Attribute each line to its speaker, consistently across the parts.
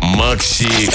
Speaker 1: Макси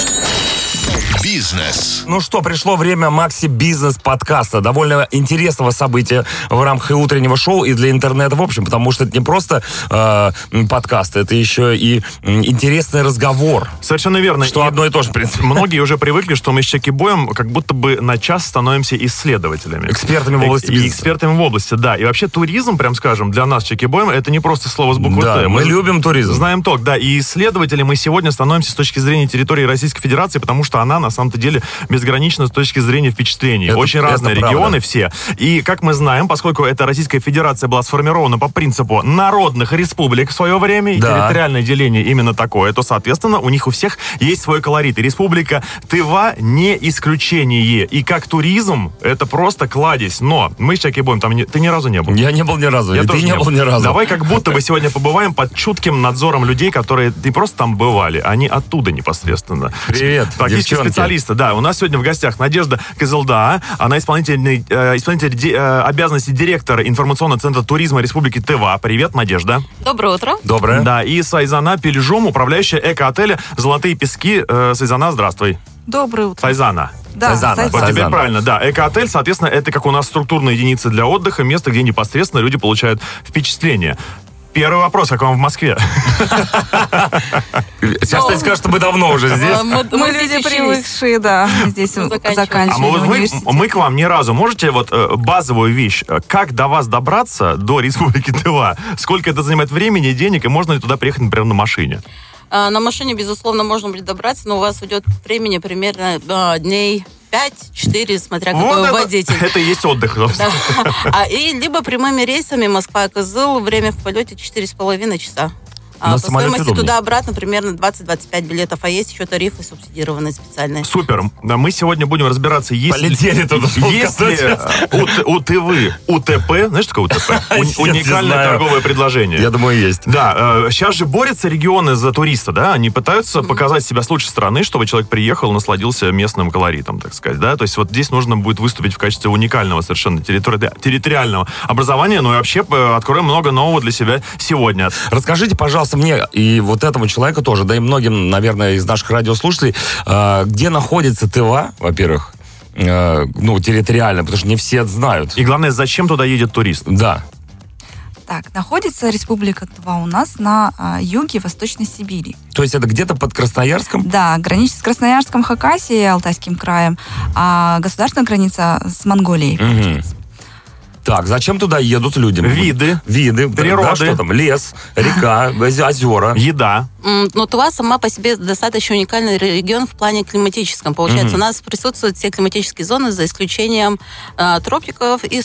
Speaker 1: Бизнес.
Speaker 2: Ну что, пришло время Макси Бизнес подкаста. Довольно интересного события в рамках и утреннего шоу, и для интернета в общем, потому что это не просто э, м, подкаст, это еще и м, интересный разговор.
Speaker 3: Совершенно верно.
Speaker 2: Что
Speaker 3: Ну, И
Speaker 2: одно и то же, в принципе.
Speaker 3: Многие уже привыкли, что мы с Чеки-Боем как будто бы на час становимся исследователями.
Speaker 2: Экспертами в области
Speaker 3: И- И
Speaker 2: бизнеса.
Speaker 3: экспертами в области, да. И вообще туризм, прям скажем, для нас Чеки-Боем это не просто слово с буквы
Speaker 2: Да,
Speaker 3: «Т».
Speaker 2: мы любим туризм.
Speaker 3: Знаем ток, да. И исследователи мы сегодня становимся с точки зрения территории Российской Федерации, потому что она на самом-то деле безгранична с точки зрения впечатлений.
Speaker 2: Это-
Speaker 3: Очень
Speaker 2: это
Speaker 3: разные
Speaker 2: правда.
Speaker 3: регионы все. И как мы знаем, поскольку эта Российская Федерация была сформирована по принципу народных республик в свое время, и
Speaker 2: Да.
Speaker 3: территориальное деление именно такое, то, соответственно, у них у всех есть свой колорит. И республика Тыва не исключение. И как туризм, это просто кладезь. Но мы с Чаки Боем там... не- Ты ни разу не был.
Speaker 2: Я не был ни разу,
Speaker 3: Я
Speaker 2: и ты
Speaker 3: тоже
Speaker 2: не был ни разу.
Speaker 3: Давай как будто бы сегодня побываем под чутким надзором людей, которые не просто там бывали, они оттуда непосредственно.
Speaker 2: Привет,
Speaker 3: Практически
Speaker 2: девчонки.
Speaker 3: специалисты. Да, у нас сегодня в гостях Надежда Козылда. Она исполнительный, э, исполнитель ди- э, обязанностей директора информационного центра туризма Республики Тыва. Привет, Надежда.
Speaker 4: Доброе утро.
Speaker 2: Доброе.
Speaker 3: Да, и Сайзана Пельжом, управляющая эко-отеля «Золотые пески». Э, Сайзана, здравствуй.
Speaker 4: Доброе утро.
Speaker 3: Сайзана.
Speaker 4: Да,
Speaker 2: Сайзана.
Speaker 4: Сайзана.
Speaker 3: Вот
Speaker 2: Сайзана.
Speaker 3: теперь правильно, да. Эко-отель, соответственно, это как у нас структурная единица для отдыха, место, где непосредственно люди получают впечатление. Первый вопрос, как вам в Москве?
Speaker 2: Сейчас, кстати, скажу, что мы давно уже здесь.
Speaker 4: А, Мы,
Speaker 5: Ну,
Speaker 4: мы
Speaker 5: Мы, люди
Speaker 4: здесь учились.
Speaker 5: привыкшие, да, здесь
Speaker 4: Мы заканчиваем.
Speaker 5: заканчиваем.
Speaker 3: А мы, вот вы-
Speaker 5: университет.
Speaker 3: мы к вам ни разу. Можете вот э, базовую вещь, э, как до вас добраться до Республики Тыва? Сколько это занимает времени, и денег, и можно ли туда приехать, например, на машине?
Speaker 4: А, На машине, безусловно, можно будет добраться, но у вас уйдет времени примерно а, дней 5-4, смотря какой
Speaker 3: Вот
Speaker 4: вы
Speaker 3: это,
Speaker 4: водитель.
Speaker 3: это и есть отдых.
Speaker 4: Да. А, и либо прямыми рейсами Москва-Кызыл, время в полете 4,5 часа. А,
Speaker 2: На
Speaker 4: по
Speaker 2: самолете
Speaker 4: стоимости
Speaker 2: удобнее.
Speaker 4: туда-обратно примерно 20-25 билетов, а есть еще тарифы субсидированные специальные.
Speaker 3: Супер. Да, Мы сегодня будем разбираться, есть ли-
Speaker 2: Полетели тут,
Speaker 3: есть ли,
Speaker 2: сказать.
Speaker 3: э, у Т- у ТВ, УТП, знаешь, что такое УТП?
Speaker 2: Нет, не
Speaker 3: У- Уникальное
Speaker 2: знаю.
Speaker 3: торговое предложение.
Speaker 2: Я думаю, есть.
Speaker 3: Да, сейчас же борются регионы за туриста, да? Они пытаются показать себя с лучшей стороны, чтобы человек приехал, насладился местным колоритом, так сказать, да? То есть вот здесь нужно будет выступить в качестве уникального совершенно территори- территориального образования, ну и вообще э, откроем много нового для себя сегодня.
Speaker 2: Расскажите, пожалуйста, мне и вот этому человеку тоже, да и многим, наверное, из наших радиослушателей, э, где находится ТВА, во-первых, э, ну, территориально, потому что не все это знают.
Speaker 3: И главное, зачем туда едет турист?
Speaker 2: Да.
Speaker 5: Так, находится Республика Тува у нас на а, юге Восточной Сибири.
Speaker 2: То есть это где-то под Красноярском?
Speaker 5: Да, граничит с Красноярском, Хакасией и Алтайским краем, а государственная граница с Монголией.
Speaker 2: Мгм. Так, зачем туда едут люди?
Speaker 3: Виды.
Speaker 2: Виды. да,
Speaker 3: Природы.
Speaker 2: да, что там? Лес, река, озе- озера.
Speaker 3: Еда.
Speaker 4: М, Но Туа сама по себе достаточно уникальный регион в плане климатическом. Получается, у нас присутствуют все климатические зоны, за исключением а, тропиков и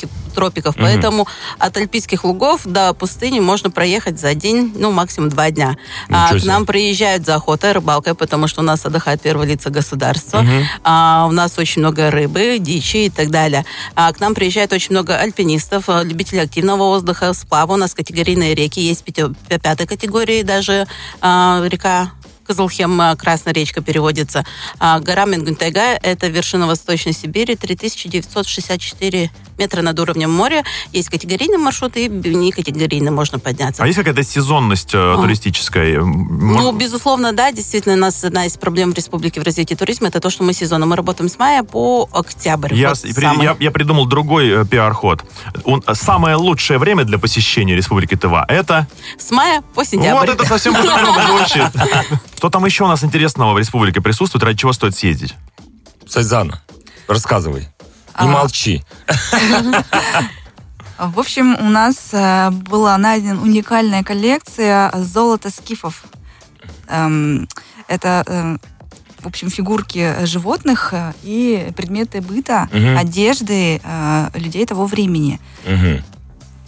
Speaker 4: субтропиков. Поэтому от альпийских лугов до пустыни можно проехать за день, ну, максимум два дня. А,
Speaker 2: Ничего
Speaker 4: к
Speaker 2: себе.
Speaker 4: нам приезжают за охотой, рыбалкой, потому что у нас отдыхают первые лица государства. А, у нас очень много рыбы, дичи и так далее. А, к нам приезжает очень много альпинистов, а, любителей активного воздуха, сплава. У нас категорийные реки есть пяти- пя- пятой категории, даже а, река Козылхем, а, Красная речка переводится. А, гора Менгунтайга – это вершина Восточной Сибири, 3964 метра над уровнем моря. Есть категорийный маршрут и не категорийный, можно подняться.
Speaker 3: А есть какая-то сезонность э, туристическая? М,
Speaker 4: Ну,
Speaker 3: может-
Speaker 4: безусловно, да, действительно, у нас одна из проблем в республике в развитии туризма это то, что мы сезонно. Мы работаем с мая по октябрь.
Speaker 3: Я,
Speaker 4: Вот
Speaker 3: с- при-
Speaker 4: самый.
Speaker 3: я- я придумал другой э, пиар-ход. Он, э, самое лучшее время для посещения Республики Тыва – это
Speaker 4: С мая по
Speaker 3: Вот
Speaker 4: сентябрь.
Speaker 3: это совсем по-другому звучит. Что там еще у нас интересного в республике присутствует, ради чего стоит съездить?
Speaker 2: Сайзана, рассказывай. Не
Speaker 5: А.
Speaker 2: молчи.
Speaker 5: В общем, у нас э, была найдена уникальная коллекция золота скифов. Эм, это, э, в общем, фигурки животных э, и предметы быта,
Speaker 2: Мгм.
Speaker 5: одежды э, людей того времени.
Speaker 2: Мгм.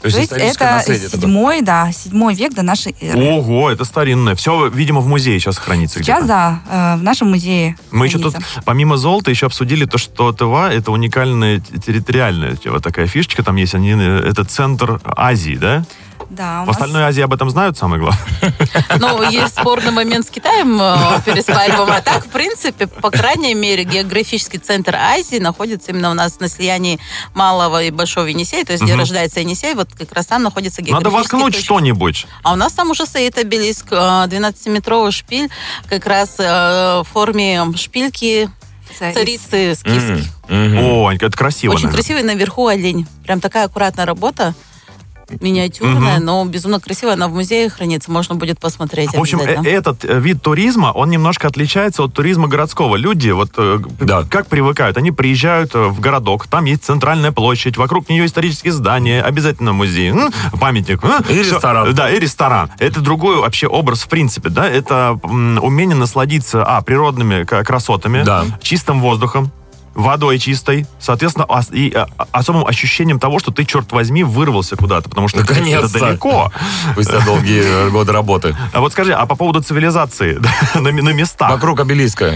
Speaker 2: То есть историческое
Speaker 5: это
Speaker 2: наследие. такое.
Speaker 5: седьмой, да, седьмой век до нашей эры.
Speaker 3: Ого, это старинное. Все, видимо, в музее сейчас хранится
Speaker 5: Сейчас,
Speaker 3: где-то.
Speaker 5: да, э, в нашем музее.
Speaker 3: Мы еще тут,
Speaker 5: хранится.
Speaker 3: помимо золота, еще обсудили то, что ТВА — это уникальная те- территориальная вот такая фишечка там есть. Они, э, это центр Азии, да?
Speaker 5: Да, у
Speaker 3: В
Speaker 5: нас-
Speaker 3: остальной Азии об этом знают, самое главное.
Speaker 4: Ну, есть спорный момент с Китаем э, перед свадьбой. А так, в принципе, по крайней мере, географический центр Азии находится именно у нас на слиянии Малого и Большого Енисея, то есть где
Speaker 3: Мгм.
Speaker 4: рождается Енисей, вот как раз там находится
Speaker 3: Надо
Speaker 4: географический
Speaker 3: воткнуть что-нибудь.
Speaker 4: А у нас там уже стоит обелиск, э, 12-метровый шпиль, как раз э, в форме шпильки царицы скифских.
Speaker 3: О, Анька, это красиво,
Speaker 4: Очень
Speaker 3: наверное.
Speaker 4: красивый наверху олень. Прям такая аккуратная работа. Миниатюрная, но безумно красивая. Она в музее хранится. Можно будет посмотреть.
Speaker 3: В общем, э-
Speaker 4: обязательно.
Speaker 3: этот э, вид туризма, он немножко отличается от туризма городского. Люди вот э,
Speaker 2: Да.
Speaker 3: как привыкают, они приезжают э, в городок, там есть центральная площадь, вокруг нее исторические здания, обязательно музей, м, памятник. м,
Speaker 2: И
Speaker 3: всё.
Speaker 2: ресторан.
Speaker 3: Да, и ресторан. Это другой вообще образ в принципе, да, это м, умение насладиться, а, природными к- красотами,
Speaker 2: Да.
Speaker 3: чистым воздухом, водой чистой, соответственно, ос- и э, особым ощущением того, что ты, черт возьми, вырвался куда-то, потому что
Speaker 2: Наконец-то.
Speaker 3: это далеко.
Speaker 2: Пусть за долгие годы работы.
Speaker 3: А вот скажи, а по поводу цивилизации на, на местах?
Speaker 2: Вокруг обелиска.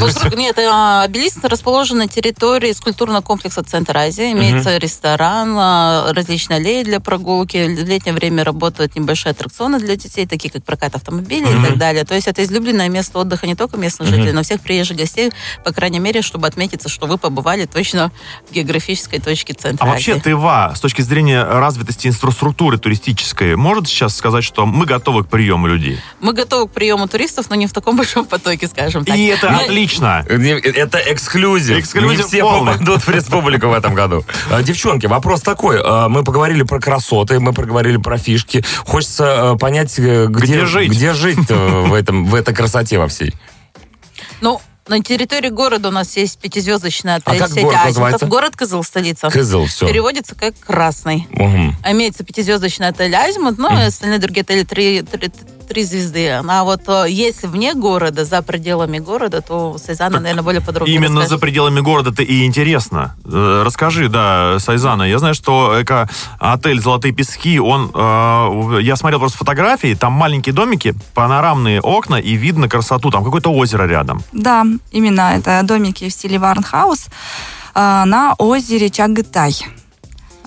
Speaker 4: Вокруг- Нет, э, обелиск расположен на территории скульптурного комплекса Центр Азии. Имеется ресторан, э, различные аллеи для прогулки. В летнее время работают небольшие аттракционы для детей, такие как прокат автомобилей и так далее. То есть это излюбленное место отдыха не только местных жителей, но всех приезжих гостей, по крайней мере, чтобы отметиться, что вы побывали точно в географической точке Центра
Speaker 3: А вообще
Speaker 4: Азии.
Speaker 3: Тыва, с точки зрения развитости инфраструктуры туристической, может сейчас сказать, что мы готовы к приему людей?
Speaker 4: Мы готовы к приему туристов, но не в таком большом потоке, скажем так.
Speaker 3: И это
Speaker 4: Мы-
Speaker 3: отлично.
Speaker 2: Не, Это эксклюзив.
Speaker 3: Эксклюзив
Speaker 2: Не все
Speaker 3: полный.
Speaker 2: попадут в республику в этом году. Э, Девчонки, вопрос такой. Э, Мы поговорили про красоты, мы поговорили про фишки. Хочется э, понять, э, где,
Speaker 3: Где жить?
Speaker 2: Где жить э, в, этом, в этой красоте во всей.
Speaker 4: Ну, на территории города у нас есть пятизвездочный отель.
Speaker 2: А как
Speaker 4: сети
Speaker 2: город
Speaker 4: Азимутов.
Speaker 2: называется?
Speaker 4: Город Кызыл, столица.
Speaker 2: Кызыл, все.
Speaker 4: Переводится как «красный».
Speaker 2: Мгм.
Speaker 4: А Имеется пятизвездочный отель «Азимут», но и остальные другие отели три, три- три звезды. А вот э, если вне города, за пределами города, то Сазана, наверное, более подробно
Speaker 3: Именно за
Speaker 4: расскажет.
Speaker 3: пределами города-то и интересно. Э, Расскажи, да, Сайзана. Я знаю, что эко-отель «Золотые пески», он... э, я смотрел просто фотографии, там маленькие домики, панорамные окна, и видно красоту. Там какое-то озеро рядом.
Speaker 5: Да, именно это домики в стиле Варнхаус а, на озере Чагытай.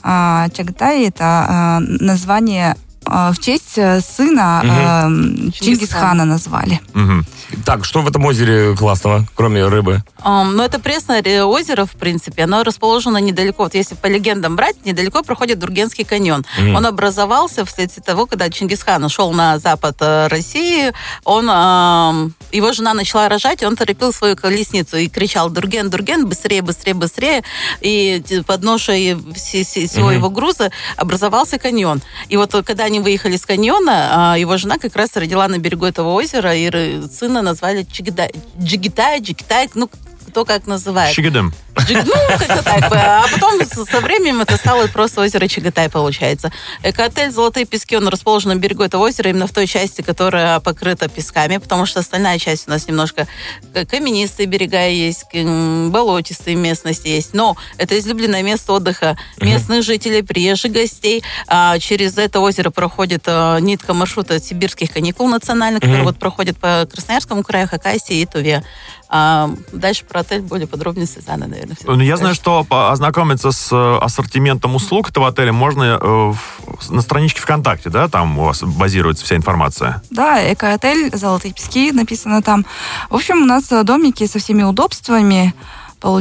Speaker 5: А, Чагытай это а, название а, в честь э, сына
Speaker 2: Мгм.
Speaker 5: эм,
Speaker 4: Чингисхана.
Speaker 5: Чингисхана назвали.
Speaker 3: Мгм.
Speaker 2: Так, что в этом озере классного, кроме рыбы?
Speaker 4: Ам, Но это пресное ре- озеро, в принципе, оно расположено недалеко. Вот если по легендам брать, недалеко проходит Дургенский каньон. Он образовался вследствие того, когда Чингисхан ушел на запад э, России, он, ам, его жена начала рожать, и он торопил свою колесницу и кричал «Дурген, Дурген, быстрее, быстрее, быстрее!» И т- под ношей все- все- всего его груза образовался каньон. И вот э, когда они выехали с каньона, а, его жена как раз родила на берегу этого озера, и ры- сына назвали Чигида- Джигитай, Джигитай, ну, кто как называет.
Speaker 3: Щегедым.
Speaker 4: Джиг- Ну, как-то так. А потом с- со временем это стало просто озеро Чагатай, получается. Эко-отель «Золотые пески», он расположен на берегу этого озера, именно в той части, которая покрыта песками, потому что остальная часть у нас немножко к- каменистые берега есть, к- м, болотистые местности есть. Но это излюбленное место отдыха местных жителей, приезжих гостей. А Через это озеро проходит э, нитка маршрута сибирских каникул национальных, который вот проходит по Красноярскому краю, Хакасии и Туве. А дальше про отель более подробнее Светлана, наверное. всё
Speaker 3: Ну, я знаю,
Speaker 4: расскажет.
Speaker 3: что по- ознакомиться с э, ассортиментом услуг этого отеля можно э, в- на страничке ВКонтакте, да? Там у вас базируется вся информация.
Speaker 5: Да, эко-отель «Золотые пески» написано там. В общем, у нас э, домики со всеми удобствами.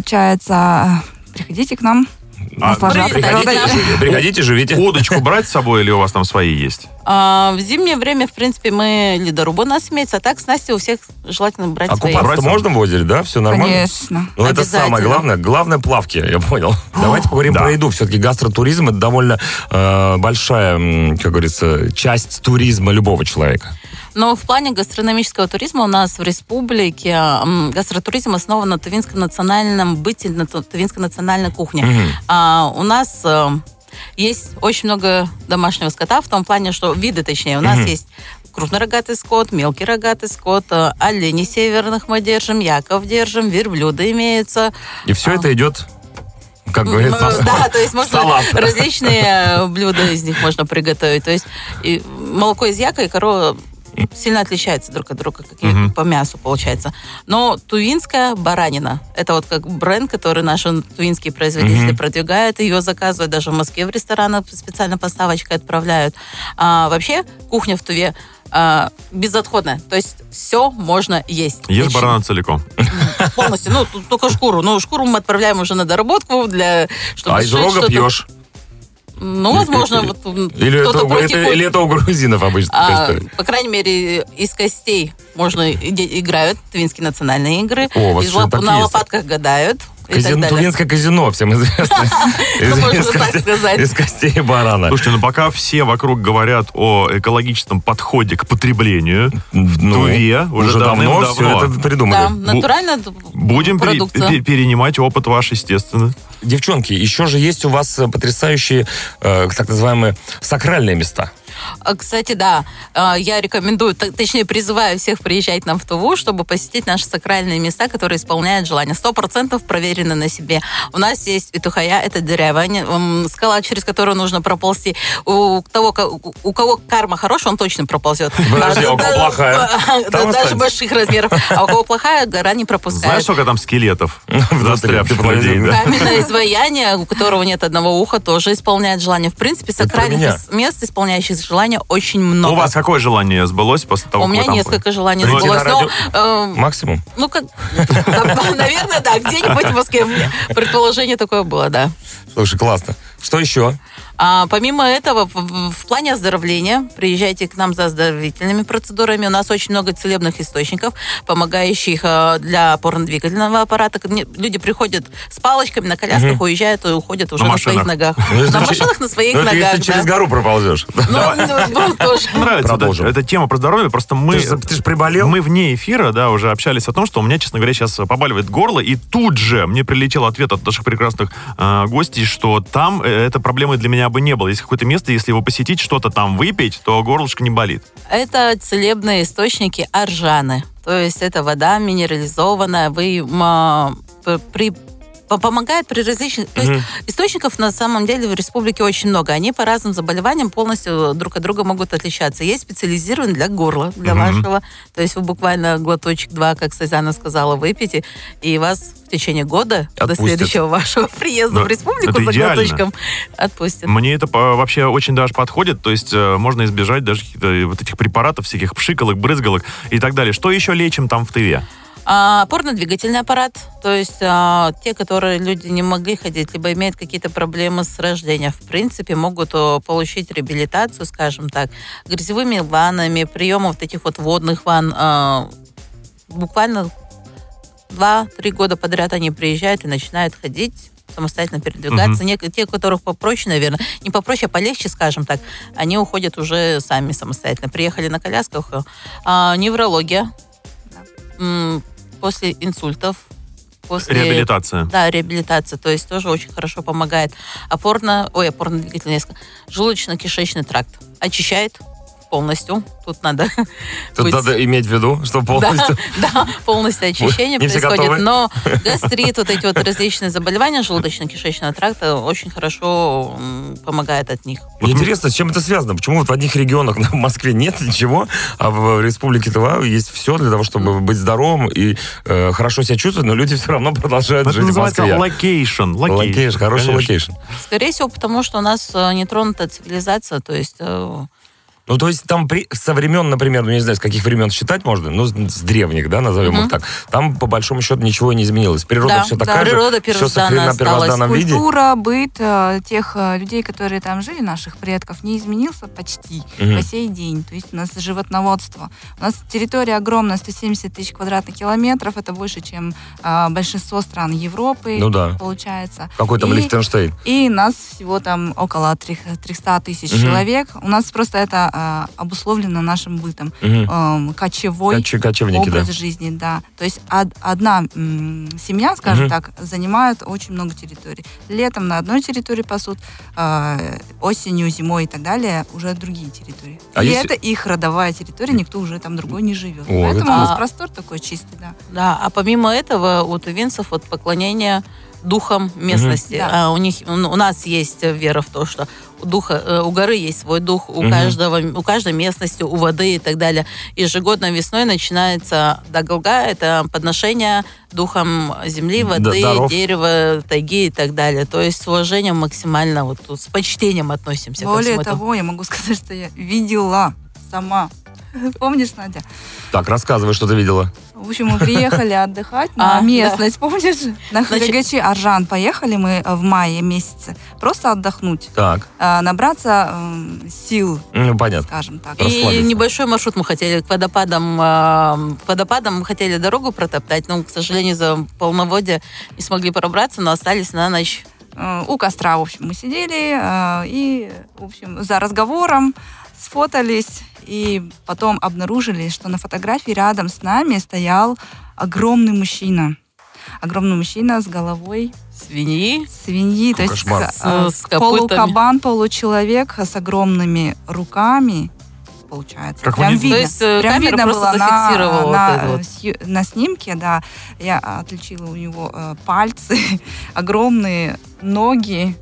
Speaker 5: Получается, э, приходите к нам.
Speaker 3: А,
Speaker 5: наслаждаться
Speaker 4: приходите,
Speaker 5: природой.
Speaker 2: Приходите, живите.
Speaker 3: Удочку брать с собой или у вас там свои есть?
Speaker 4: А, в зимнее время, в принципе, мы ледорубы у нас имеется, а так снасти у всех желательно брать
Speaker 2: А
Speaker 4: свои.
Speaker 2: купаться можно в озере, да? Все нормально?
Speaker 5: Конечно.
Speaker 2: Ну, это самое
Speaker 4: Обязательно.
Speaker 2: главное. Главное плавки, я понял. Давайте поговорим
Speaker 3: Да.
Speaker 2: про еду. Все-таки гастротуризм это довольно э, большая, м, как говорится, часть туризма любого человека.
Speaker 4: Но в плане гастрономического туризма у нас в республике м, гастротуризм основан на тувинском национальном быте, на ту- тувинской национальной кухне. А, у нас э, есть очень много домашнего скота, в том плане, что виды, точнее, у нас есть крупнорогатый скот, мелкий рогатый скот, э, оленей северных мы держим, яков держим, верблюды имеются.
Speaker 2: И все
Speaker 4: А.
Speaker 2: это идет, как
Speaker 4: Ну,
Speaker 2: говорится,
Speaker 4: Да, то есть можно
Speaker 2: салат.
Speaker 4: различные э, блюда из них можно приготовить. То есть и молоко из яка и корова сильно отличаются друг от друга, как и
Speaker 3: Мгм.
Speaker 4: по мясу получается. Но тувинская баранина, это вот как бренд, который наши тувинские производители
Speaker 2: Мгм.
Speaker 4: продвигают, ее заказывают даже в Москве в ресторанах, специально поставочкой отправляют. А вообще кухня в Туве а, безотходная, то есть все можно есть.
Speaker 3: Ешь
Speaker 4: Очень-
Speaker 3: барана целиком.
Speaker 4: Полностью, ну тут только шкуру. Ну шкуру мы отправляем уже на доработку, для, чтобы
Speaker 2: А из
Speaker 4: сшить
Speaker 2: рога
Speaker 4: ну, что-то.
Speaker 2: пьешь?
Speaker 4: Ну, возможно, вот м,
Speaker 2: Или это,
Speaker 4: кто-то
Speaker 2: у- это-
Speaker 4: практикует.
Speaker 2: или это у грузинов обычно? э, такая
Speaker 4: А,
Speaker 2: история?
Speaker 4: по крайней мере, из костей можно и- де- играют твинские национальные игры.
Speaker 2: О, у вас
Speaker 4: Из
Speaker 2: что,
Speaker 4: лоп-
Speaker 2: такие
Speaker 4: на
Speaker 2: есть?
Speaker 4: лопатках гадают. и так
Speaker 2: Казино,
Speaker 4: далее. Ну,
Speaker 2: Тувинское казино всем известно. Из-
Speaker 4: можно
Speaker 2: из
Speaker 4: так
Speaker 2: костей-
Speaker 4: сказать.
Speaker 2: Из костей барана.
Speaker 3: Слушайте, ну пока все вокруг говорят о экологическом подходе к потреблению,
Speaker 2: Ну,
Speaker 3: Туве уже
Speaker 2: давно
Speaker 3: давным-давно.
Speaker 2: все это
Speaker 4: Да,
Speaker 2: придумали.
Speaker 4: натурально
Speaker 3: будем при-
Speaker 4: продукция.
Speaker 3: пе- перенимать опыт ваш, естественно.
Speaker 2: Девчонки, еще же есть у вас э, потрясающие э, так называемые сакральные места.
Speaker 4: А, Кстати, да, э, я рекомендую, т- точнее призываю всех приезжать нам в Туву, чтобы посетить наши сакральные места, которые исполняют желание. Сто процентов проверено на себе. У нас есть Итухая, это деревня, м, скала, через которую нужно проползти. У того, ко- у- у кого карма хорошая, он точно проползет.
Speaker 2: Подожди, а у кого
Speaker 4: Да,
Speaker 2: плохая?
Speaker 4: да,
Speaker 2: Там
Speaker 4: Даже
Speaker 2: останется.
Speaker 4: больших размеров. А у кого плохая, гора не
Speaker 3: Знаешь,
Speaker 4: пропускает.
Speaker 3: сколько там скелетов
Speaker 2: натуре,
Speaker 3: застрявших
Speaker 2: ты подожди,
Speaker 3: людей, да?
Speaker 2: да.
Speaker 4: Каменное изваяние, у которого нет одного уха, тоже исполняет желание. В принципе,
Speaker 2: про
Speaker 4: сакральных
Speaker 2: меня.
Speaker 4: ис- мест, исполняющих желания, очень много.
Speaker 3: У вас какое желание сбылось после
Speaker 2: А
Speaker 3: того,
Speaker 4: У
Speaker 3: как вы
Speaker 4: меня
Speaker 3: там
Speaker 4: несколько желаний
Speaker 2: Прийти
Speaker 4: сбылось,
Speaker 2: на
Speaker 4: но, эм,
Speaker 2: Максимум?
Speaker 4: ну как, наверное, да, где-нибудь в Москве. У меня Предположение такое было, да.
Speaker 2: Слушай, классно. Что еще?
Speaker 4: А, помимо этого, в, в- в плане оздоровления, приезжайте к нам за оздоровительными процедурами. У нас очень много целебных источников, помогающих э, для опорно-двигательного аппарата. Ко мне люди приходят с палочками на колясках, уезжают и уходят уже
Speaker 3: На
Speaker 4: на,
Speaker 3: машинах.
Speaker 4: своих ногах.
Speaker 2: Ну, если
Speaker 4: На
Speaker 2: че-
Speaker 4: машинах, на своих
Speaker 2: ну, это
Speaker 4: ногах,
Speaker 2: если через
Speaker 4: да.
Speaker 2: гору проползешь.
Speaker 4: Ну, ну, тоже.
Speaker 3: Мне нравится вот
Speaker 2: Продолжим.
Speaker 3: эта, эта тема про здоровье. Просто мы,
Speaker 2: Ты ж- ты ж приболел?
Speaker 3: мы вне эфира, да, уже общались о том, что у меня, честно говоря, сейчас побаливает горло, и тут же мне прилетел ответ от наших прекрасных э, гостей, что там э, эта проблема для меня бы не было. Есть какое-то место, если его посетить, что-то там выпить, то горлышко не болит.
Speaker 4: Это целебные источники аржаны. То есть это вода минерализованная, вы м, а, п- при по- помогает при различных... То есть источников на самом деле в республике очень много. Они по разным заболеваниям полностью э, друг от друга могут отличаться. Есть специализированный для горла, для
Speaker 3: Мгм.
Speaker 4: вашего. То есть вы буквально глоточек-два, как Сазана сказала, выпьете, и вас в течение года
Speaker 2: Отпустят.
Speaker 4: до следующего вашего приезда
Speaker 3: Да,
Speaker 4: в республику
Speaker 3: Ну, это
Speaker 4: за
Speaker 3: идеально.
Speaker 4: глоточком отпустят.
Speaker 3: Мне это по- вообще очень даже подходит, то есть э, можно избежать даже каких-то э, вот этих препаратов, всяких пшиколок, брызгалок и так далее. Что еще лечим там в тыве?
Speaker 4: А, Опорно-двигательный аппарат, то есть а, те, которые люди не могли ходить, либо имеют какие-то проблемы с рождения, в принципе, могут о, получить реабилитацию, скажем так, грязевыми ваннами, приемом вот этих вот водных ванн. а, буквально 2-3 года подряд они приезжают и начинают ходить самостоятельно передвигаться. Нек- те, у которых попроще, наверное, не попроще, а полегче, скажем так, они уходят уже сами самостоятельно. Приехали на колясках. А, неврология. М, после инсультов. После...
Speaker 3: Реабилитация.
Speaker 4: Да, реабилитация. То есть тоже очень хорошо помогает. Опорно... Ой, опорно-двигательный несколько. Желудочно-кишечный тракт. Очищает полностью. Тут надо
Speaker 2: Тут
Speaker 4: быть-
Speaker 2: надо иметь в виду, что полностью...
Speaker 4: да, да, полностью очищение
Speaker 2: Не все готовы.
Speaker 4: происходит. Но гастрит, вот эти вот различные заболевания желудочно-кишечного тракта очень хорошо м, помогает от них.
Speaker 2: Мне интересно, с чем это связано? Почему вот в одних регионах в Москве нет ничего, а в Республике Тыва есть все для того, чтобы быть здоровым и э, хорошо себя чувствовать, но люди все равно продолжают
Speaker 3: Это
Speaker 2: жить в
Speaker 3: называется
Speaker 2: Москве.
Speaker 3: локейшн.
Speaker 2: Локейшн, хороший
Speaker 3: конечно.
Speaker 2: локейшн.
Speaker 4: Скорее всего, потому что у нас э, не тронута цивилизация, то есть э,
Speaker 2: Ну, то есть там при- со времен, например, ну, я не знаю, с каких времен считать можно, ну, с- с древних, да, назовем их так, там, по большому счету, ничего и не изменилось. Природа
Speaker 4: Да,
Speaker 2: все
Speaker 4: да,
Speaker 2: такая
Speaker 4: природа
Speaker 2: же, все
Speaker 4: первозданная
Speaker 2: сохранено в первозданном
Speaker 4: осталась.
Speaker 2: виде.
Speaker 5: Культура, быт э, тех э, людей, которые там жили, наших предков, не изменился почти
Speaker 2: Мгм.
Speaker 5: по сей день. То есть у нас животноводство. У нас территория огромная, 170 тысяч квадратных километров. Это больше, чем э, большинство стран Европы,
Speaker 2: Ну да.
Speaker 5: получается.
Speaker 2: Какой там
Speaker 5: И-
Speaker 2: Лихтенштейн.
Speaker 5: И нас всего там около трех- 300 тысяч
Speaker 2: Мгм.
Speaker 5: человек. У нас просто это э, обусловлено нашим бытом.
Speaker 2: Мгм.
Speaker 5: Эм, кочевой
Speaker 2: Коче- Кочевники, да.
Speaker 5: образ жизни, да. То есть од- одна м, семья, скажем
Speaker 2: Мгм.
Speaker 5: так, занимает очень много территорий. Летом на одной территории пасут, э, осенью, зимой и так далее уже другие территории.
Speaker 2: А
Speaker 5: и
Speaker 2: если-
Speaker 5: это их родовая территория, никто уже там другой не живет.
Speaker 2: О,
Speaker 5: Поэтому
Speaker 2: это
Speaker 5: у нас
Speaker 4: круто.
Speaker 5: простор такой чистый, да.
Speaker 4: Да, а помимо этого у тувинцев вот поклонение духом местности.
Speaker 5: Мгм.
Speaker 4: А у них, м, у нас есть вера в то, что у духа, э, у горы есть свой дух, у
Speaker 2: Мгм.
Speaker 4: каждого, у каждой местности, у воды и так далее. Ежегодно весной начинается дагуга, это подношение духом земли,
Speaker 2: Д-
Speaker 4: воды,
Speaker 2: даров.
Speaker 4: дерева, тайги и так далее. То есть с уважением максимально, вот тут с почтением относимся
Speaker 5: Более
Speaker 4: ко всему этому.
Speaker 5: того, я могу сказать, что я видела сама. Помнишь, Надя?
Speaker 2: Так, рассказывай, что ты видела.
Speaker 5: В общем, мы приехали отдыхать
Speaker 4: А,
Speaker 5: на
Speaker 4: да.
Speaker 5: местность, помнишь? На
Speaker 4: Значит-
Speaker 5: Хадагачи Аржан поехали мы э, в мае месяце. Просто отдохнуть,
Speaker 2: Так,
Speaker 5: э, набраться м, сил,
Speaker 2: ну, понятно.
Speaker 5: скажем так.
Speaker 4: И
Speaker 2: Расслабиться.
Speaker 4: небольшой маршрут мы хотели к водопадам. э, К водопадам мы хотели дорогу протоптать, но, к сожалению, за полноводья не смогли пробраться, но остались на ночь.
Speaker 5: Э, У костра, в общем, мы сидели э, и, в общем, за разговором сфотались и потом обнаружили, что на фотографии рядом с нами стоял огромный мужчина. Огромный мужчина с головой
Speaker 4: Свиньи.
Speaker 5: свиньи, то есть
Speaker 2: Кошмар.
Speaker 5: с- э,
Speaker 4: С копытами.
Speaker 5: полукабан, получеловек с огромными руками, получается.
Speaker 3: Как вы
Speaker 5: Прям
Speaker 3: не-
Speaker 5: видно.
Speaker 4: То есть э,
Speaker 5: Прям
Speaker 4: камера
Speaker 5: видно
Speaker 4: просто
Speaker 5: было на,
Speaker 4: зафиксировала вот
Speaker 5: на,
Speaker 4: это
Speaker 5: э,
Speaker 4: вот.
Speaker 5: сью- на снимке, да. Я отличила у него э, пальцы, огромные ноги,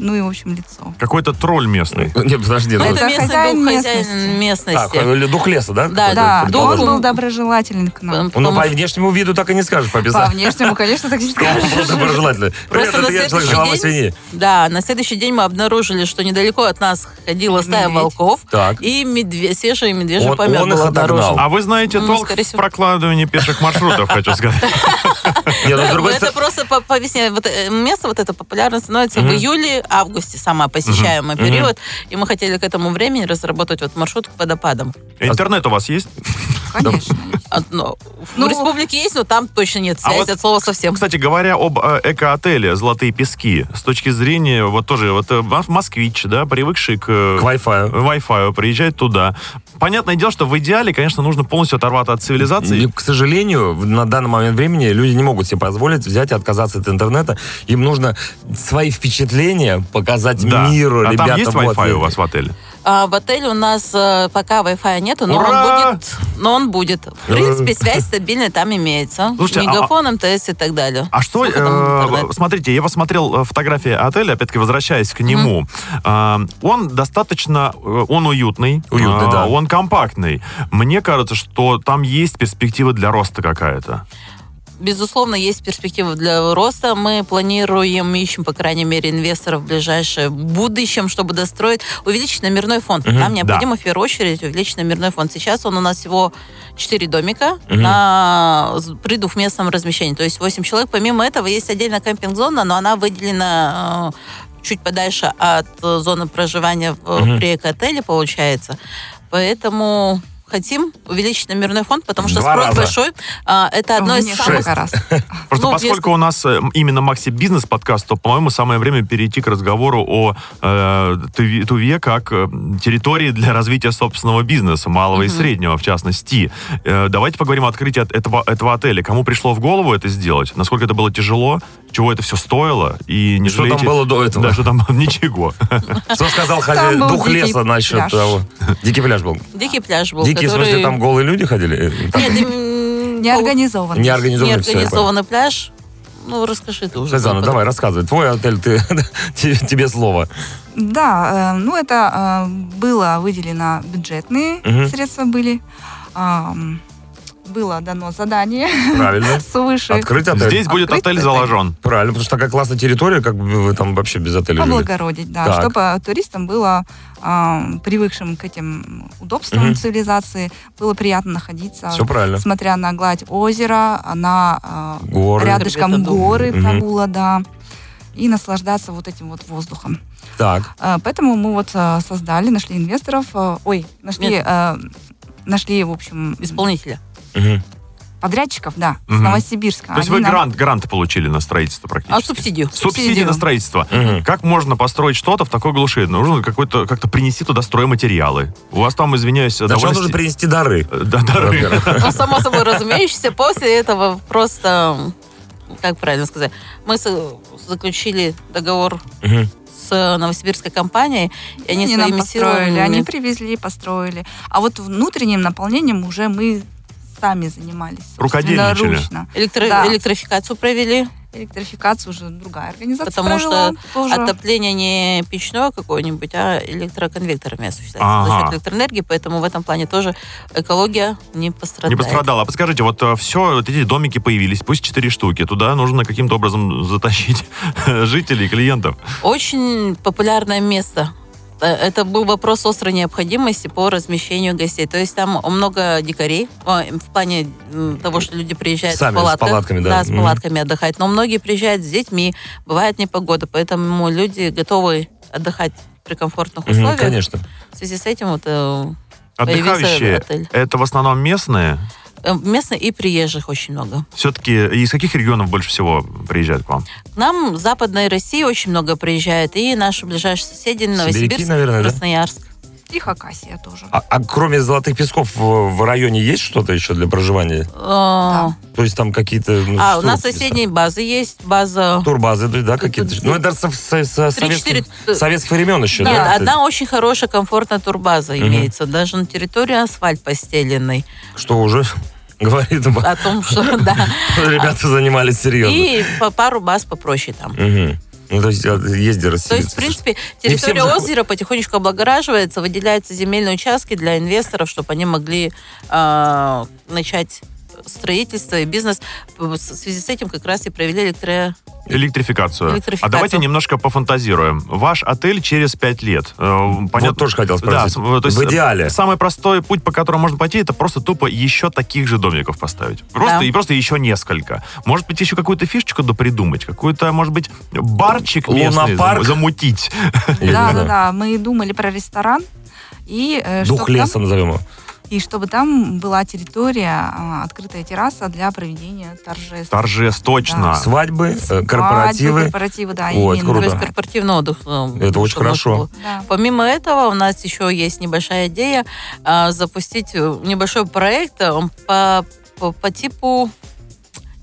Speaker 5: ну и, в общем, лицо.
Speaker 3: Какой-то тролль местный.
Speaker 2: Нет, подожди.
Speaker 4: Ну,
Speaker 2: ну,
Speaker 4: это
Speaker 5: это
Speaker 4: местный
Speaker 5: хозяин
Speaker 4: дух, хозяин
Speaker 5: местности.
Speaker 2: Так,
Speaker 4: местности.
Speaker 2: э, дух леса, да?
Speaker 4: Да,
Speaker 2: какой-то,
Speaker 4: это
Speaker 5: да, он
Speaker 2: предположим?
Speaker 5: был
Speaker 4: предположим.
Speaker 5: доброжелателен к нам.
Speaker 4: Потому
Speaker 2: Ну, по
Speaker 4: что
Speaker 2: внешнему виду так и не скажешь, по
Speaker 5: По
Speaker 2: описанию.
Speaker 5: внешнему, конечно, так не
Speaker 2: Просто
Speaker 5: скажешь.
Speaker 2: доброжелательно. Привет,
Speaker 4: Просто
Speaker 2: это
Speaker 4: на
Speaker 2: я человек
Speaker 4: следующий
Speaker 2: голова
Speaker 4: день-
Speaker 2: свиньи.
Speaker 4: Да, на следующий день мы обнаружили, что недалеко от нас ходила стая
Speaker 5: Медведь.
Speaker 4: волков.
Speaker 2: Так.
Speaker 4: И медве- свежий медвежий
Speaker 2: Он-
Speaker 4: помет
Speaker 2: он
Speaker 4: был
Speaker 2: их отогнал.
Speaker 4: обнаружен.
Speaker 3: А вы знаете
Speaker 4: Ну,
Speaker 3: толк
Speaker 4: скорее
Speaker 3: в
Speaker 4: всего.
Speaker 3: прокладывании пеших маршрутов, хочу сказать.
Speaker 2: Нет, ну, с
Speaker 4: Ну,
Speaker 2: другой
Speaker 4: это
Speaker 2: стороны...
Speaker 4: просто по, по весне. Вот, э, место вот это популярно становится в июле-августе, сама посещаемый
Speaker 2: Мгм.
Speaker 4: период. И мы хотели к этому времени разработать вот маршрут к водопадам.
Speaker 3: Интернет у вас есть?
Speaker 5: Конечно.
Speaker 4: А, ну, в
Speaker 5: Ну,
Speaker 4: республике есть, но там точно нет
Speaker 3: а
Speaker 4: связи
Speaker 3: вот,
Speaker 4: от слова совсем.
Speaker 3: Кстати, говоря об э, эко-отеле «Золотые пески», с точки зрения, вот тоже, вот э, мос- москвич, да, привыкший к э,
Speaker 2: К Wi-Fi.
Speaker 3: Wi-Fi, приезжает туда. Понятное дело, что в идеале, конечно, нужно полностью оторваться от
Speaker 2: И,
Speaker 3: цивилизации.
Speaker 2: К сожалению, в- на данный момент времени люди не могут себе позволить взять и отказаться от интернета. Им нужно свои впечатления показать
Speaker 3: Да.
Speaker 2: миру,
Speaker 3: а
Speaker 2: ребята.
Speaker 3: там есть
Speaker 2: вот
Speaker 3: Wi-Fi
Speaker 2: вы.
Speaker 3: у вас в отеле?
Speaker 4: А, в отеле у нас э, пока Wi-Fi нету, но
Speaker 3: Ура! Э.
Speaker 4: он будет. Но он будет. В принципе, связь стабильная там имеется.
Speaker 3: Слушайте, а-
Speaker 4: Мегафон, МТС и так далее.
Speaker 3: А что,
Speaker 4: С выходом в
Speaker 3: э,
Speaker 4: интернет.
Speaker 3: смотрите, я посмотрел э, фотографии отеля, опять-таки возвращаясь к нему. Э, Он достаточно, э, он уютный.
Speaker 2: Уютный,
Speaker 3: э,
Speaker 2: да.
Speaker 3: Он компактный. Мне кажется, что там есть перспектива для роста какая-то.
Speaker 4: Безусловно, есть перспективы для роста. Мы планируем, ищем, по крайней мере, инвесторов в ближайшее будущем, чтобы достроить, увеличить номерной фонд.
Speaker 2: Мгм,
Speaker 4: Нам необходимо в первую очередь увеличить номерной фонд. Сейчас он у нас всего 4 домика
Speaker 2: Мгм.
Speaker 4: на, с- при двухместном размещении, то есть 8 человек. Помимо этого, есть отдельная кампинг-зона, но она выделена э, чуть подальше от э, зоны проживания в-
Speaker 2: Мгм.
Speaker 4: при эко-отеле, получается. Поэтому хотим увеличить номерной фонд, потому что
Speaker 2: Два
Speaker 4: спрос
Speaker 2: раза.
Speaker 4: большой. А, это одно из
Speaker 5: Внешне
Speaker 4: самых
Speaker 5: как раз.
Speaker 3: Просто
Speaker 4: Ну,
Speaker 3: поскольку
Speaker 4: если-
Speaker 3: у нас э, именно Макси Бизнес подкаст, то, по-моему, самое время перейти к разговору о э, Туве Туве как э, территории для развития собственного бизнеса, малого и
Speaker 4: Мгм.
Speaker 3: среднего, в частности. Э, давайте поговорим о открытии от этого, этого отеля. Кому пришло в голову это сделать? Насколько это было тяжело? Чего это все стоило? И не
Speaker 2: Что там
Speaker 3: жалеете-
Speaker 2: было до этого?
Speaker 3: Да, что там было? ничего.
Speaker 2: Что сказал хозяин
Speaker 5: был
Speaker 2: дух
Speaker 5: дикий
Speaker 2: леса насчет
Speaker 5: пляж.
Speaker 2: того? Дикий пляж был.
Speaker 4: Дикий пляж был,
Speaker 2: Дикий, в
Speaker 4: который...
Speaker 2: смысле, там голые люди ходили? Э, там
Speaker 4: Нет, им-
Speaker 5: Неорганизованно.
Speaker 2: Неорганизованный всё, я понял.
Speaker 4: неорганизованный пляж. Ну, расскажи ты уже.
Speaker 2: Светлана, давай, рассказывай. Твой отель, ты, те- тебе слово.
Speaker 5: Да, э, ну это э, было выделено бюджетные
Speaker 2: Мгм.
Speaker 5: средства были. Ам, Было дано задание
Speaker 2: Правильно.
Speaker 5: свыше
Speaker 2: Открыть отель.
Speaker 3: Здесь будет
Speaker 5: Открыть
Speaker 3: отель
Speaker 5: отель?
Speaker 3: заложен.
Speaker 2: Правильно, потому что такая классная территория, как бы вы там вообще без отеля жили.
Speaker 5: облагородить, да,
Speaker 2: Так.
Speaker 5: чтобы туристам было ам, привыкшим к этим удобствам
Speaker 2: Мгм.
Speaker 5: цивилизации было приятно находиться,
Speaker 2: Все правильно.
Speaker 5: смотря на гладь озера, на э,
Speaker 2: Горы.
Speaker 5: рядышком
Speaker 4: Хребет Адула.
Speaker 5: горы
Speaker 2: Мгм.
Speaker 5: прогула, да, и наслаждаться вот этим вот воздухом.
Speaker 2: Так.
Speaker 5: Э, Поэтому мы вот э, создали, нашли инвесторов, э, ой, нашли,
Speaker 4: Нет.
Speaker 5: э, нашли, в общем,
Speaker 4: Исполнителя.
Speaker 2: Мгм.
Speaker 5: подрядчиков, да, с
Speaker 3: Мгм.
Speaker 5: Новосибирска.
Speaker 3: То есть вы
Speaker 5: Они нам-
Speaker 3: грант, грант получили на строительство
Speaker 4: А
Speaker 3: практически?
Speaker 4: субсидию?
Speaker 3: Субсидии
Speaker 5: субсидию.
Speaker 3: на строительство.
Speaker 2: Мгм.
Speaker 3: Как можно построить что-то в такой глуши? Нужно какой-то как-то принести туда стройматериалы. У вас там, извиняюсь,
Speaker 2: Значит,
Speaker 3: довольно
Speaker 2: нам нужно
Speaker 3: сти-
Speaker 2: принести дары.
Speaker 3: Э, да, дары.
Speaker 2: Во-первых.
Speaker 4: Ну, само собой разумеющееся. После этого просто, как правильно сказать, мы с- заключили договор
Speaker 2: Мгм.
Speaker 4: с новосибирской компанией, и они
Speaker 5: Они нам
Speaker 4: своими
Speaker 5: построили,
Speaker 4: силами...
Speaker 5: они привезли, построили. А вот внутренним наполнением уже мы сами занимались.
Speaker 3: Рукодельничали.
Speaker 5: собственноручно.
Speaker 4: электро-
Speaker 5: Да.
Speaker 4: Электрификацию провели.
Speaker 5: электрификацию уже другая организация
Speaker 4: Потому что
Speaker 5: провела тоже.
Speaker 4: отопление не печное какое-нибудь, а электроконвекторами осуществляется за
Speaker 3: Ага.
Speaker 4: счет электроэнергии, поэтому в этом плане тоже экология не
Speaker 3: Не
Speaker 4: пострадает.
Speaker 3: пострадала. А подскажите, вот все, вот эти домики появились, пусть четыре штуки, туда нужно каким-то образом затащить жителей, клиентов.
Speaker 4: Очень популярное место. Э, Это был вопрос острой необходимости по размещению гостей. То есть там много дикарей о, в плане м, того, что люди приезжают
Speaker 2: Сами,
Speaker 4: в
Speaker 2: с
Speaker 4: палатках.
Speaker 2: палатками, да.
Speaker 4: с
Speaker 2: Мгм.
Speaker 4: палатками отдыхать. Но многие приезжают с детьми, бывает непогода, поэтому люди готовы отдыхать при комфортных
Speaker 2: Мгм,
Speaker 4: условиях.
Speaker 2: Конечно.
Speaker 4: В связи с этим вот э, появился
Speaker 3: Отдыхающие,
Speaker 4: отель.
Speaker 3: это в основном местные?
Speaker 4: Э, Местных и приезжих очень много.
Speaker 3: Все-таки из каких регионов больше всего приезжают к вам?
Speaker 4: К нам в Западной России очень много приезжает. И наши ближайшие соседи Новосибирск,
Speaker 2: наверное, да?
Speaker 4: Красноярск.
Speaker 5: И Хакасия тоже.
Speaker 2: А, а кроме золотых песков в, в районе есть что-то еще для проживания?
Speaker 4: Э, А,
Speaker 2: То есть там какие-то... ну,
Speaker 4: у
Speaker 2: что-
Speaker 4: нас соседние базы есть. База...
Speaker 2: Турбазы, да, какие-то.
Speaker 4: Тут-
Speaker 2: Ну, это со, со- со
Speaker 4: Три,
Speaker 2: советских,
Speaker 4: четыре-
Speaker 2: советских времен еще,
Speaker 4: Нет,
Speaker 2: да?
Speaker 4: одна очень хорошая комфортная турбаза
Speaker 2: Мгм.
Speaker 4: имеется. Даже на территории асфальт постеленный.
Speaker 2: Что уже говорит об-
Speaker 4: О том, что да.
Speaker 2: ребята занимались серьезно.
Speaker 4: И по пару баз попроще там.
Speaker 2: Мгм. Ну, то есть а, есть где
Speaker 4: То есть,
Speaker 2: расселиться.
Speaker 4: в принципе,
Speaker 2: Не всем
Speaker 4: территория
Speaker 2: заходит.
Speaker 4: озера потихонечку облагораживается, выделяются земельные участки для инвесторов, чтобы они могли э, начать строительство и бизнес. В связи с этим как раз и провели электро...
Speaker 3: Электрификацию.
Speaker 4: Электрификацию.
Speaker 3: А давайте немножко пофантазируем. Ваш отель через 5 лет. Э, Понятно.
Speaker 2: тоже хотел спросить.
Speaker 3: Да, с- э, то есть,
Speaker 2: В идеале.
Speaker 3: Самый простой путь, по которому можно пойти, это просто тупо еще таких же домиков поставить. Просто
Speaker 4: Да.
Speaker 3: и просто еще несколько. Может быть, еще какую-то фишечку допридумать, какую-то, может быть, барчик местный
Speaker 2: Лунопарк?
Speaker 3: зам- замутить.
Speaker 2: Я не
Speaker 5: Да, да,
Speaker 2: знаю.
Speaker 5: да. Мы думали про ресторан. И, э,
Speaker 2: Дух
Speaker 5: чтобы там-
Speaker 2: леса назовем его.
Speaker 5: и чтобы там была территория, а, открытая терраса для проведения торжеств.
Speaker 3: Торжеств, точно.
Speaker 5: Да.
Speaker 2: Свадьбы, э,
Speaker 5: Свадьбы,
Speaker 2: корпоративы.
Speaker 5: корпоративы, да,
Speaker 2: О, это
Speaker 5: именно.
Speaker 2: круто.
Speaker 4: То есть корпоративный отдых. э,
Speaker 2: Это очень
Speaker 4: чтобы
Speaker 2: хорошо.
Speaker 4: было.
Speaker 5: Да.
Speaker 4: Помимо этого, у нас еще есть небольшая идея а, запустить э, небольшой проект э, он по, по, по типу